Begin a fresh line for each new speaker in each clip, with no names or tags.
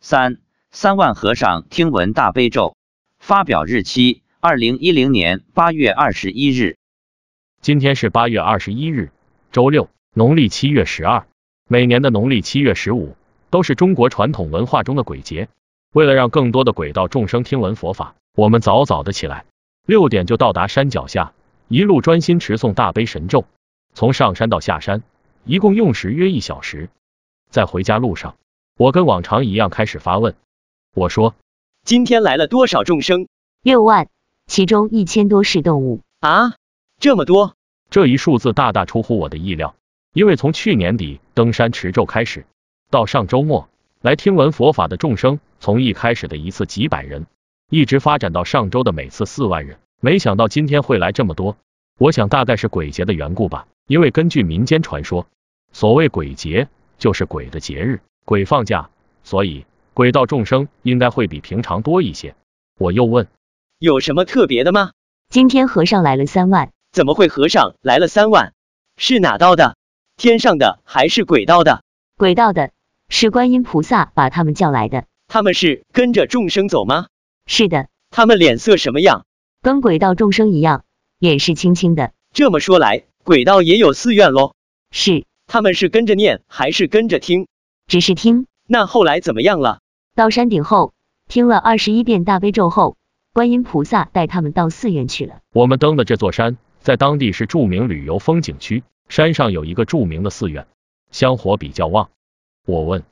三三万和尚听闻大悲咒，发表日期：二零一零年八月二十一日。
今天是八月二十一日，周六，农历七月十二。每年的农历七月十五都是中国传统文化中的鬼节。为了让更多的鬼道众生听闻佛法，我们早早的起来，六点就到达山脚下，一路专心持诵大悲神咒。从上山到下山，一共用时约一小时。在回家路上，我跟往常一样开始发问。我说
今天来了多少众生
六万，其中一千多是动物。
啊？这么多，
这一数字大大出乎我的意料，因为从去年底登山持咒开始，到上周末来听闻佛法的众生，从一开始的一次几百人，一直发展到上周的每次四万人。没想到今天会来这么多，我想大概是鬼节的缘故吧，因为根据民间传说，所谓鬼节就是鬼的节日，鬼放假，所以鬼道众生应该会比平常多一些。我又问。
有什么特别的吗？
今天和尚来了三万，
怎么会和尚来了三万？是哪道的？天上的还是鬼道的？
鬼道的是观音菩萨把他们叫来的。
他们是跟着众生走吗？
是的，
他们脸色什么样？
跟鬼道众生一样，脸是青青的。
这么说来，鬼道也有寺院喽？
是，
他们是跟着念还是跟着听？
只是听
那后来怎么样了？
到山顶后，听了二十一遍大悲咒后，观音菩萨带他们到寺院去了。
我们登的这座山，在当地是著名旅游风景区，山上有一个著名的寺院，香火比较旺。我问，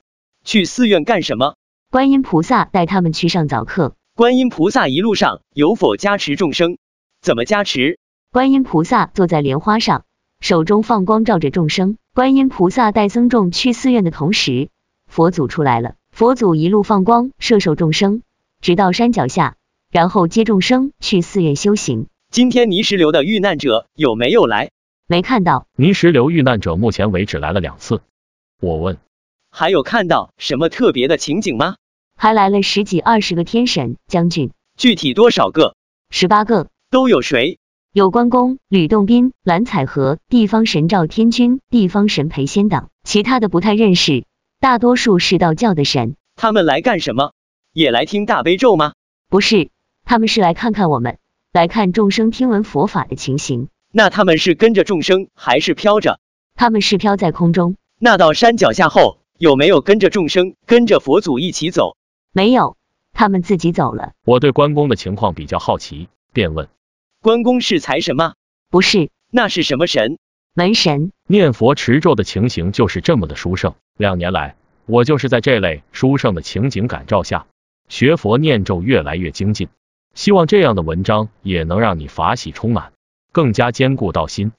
去寺院干什么？
观音菩萨带他们去上早课，
观音菩萨一路上有否加持众生？怎么加持？
观音菩萨坐在莲花上，手中放光照着众生。观音菩萨带僧众去寺院的同时，佛祖出来了。佛祖一路放光摄受众生，直到山脚下，然后接众生去寺院修行。
今天泥石流的遇难者有没有来？
没看到，
泥石流遇难者目前为止来了两次。我问，
还有看到什么特别的情景吗？
还来了十几二十个天神将军，
具体多少个？
十八个，
都有谁？
有关公、吕洞宾、蓝采和、地方神赵天君、地方神裴仙等，其他的不太认识，大多数是道教的神。
他们来干什么？也来听大悲咒吗？
不是，他们是来看看我们，来看众生听闻佛法的情形。
那他们是跟着众生，还是飘着？
他们是飘在空中，
那到山脚下后，有没有跟着众生，跟着佛祖一起走？
没有，他们自己走了。
我对关公的情况比较好奇，便问，
关公是财神吗？
不是
那是什么神？
门神，
念佛持咒的情形就是这么的殊胜。两年来，我就是在这类殊胜的情景感召下，学佛念咒越来越精进。希望这样的文章也能让你法喜充满，更加坚固道心。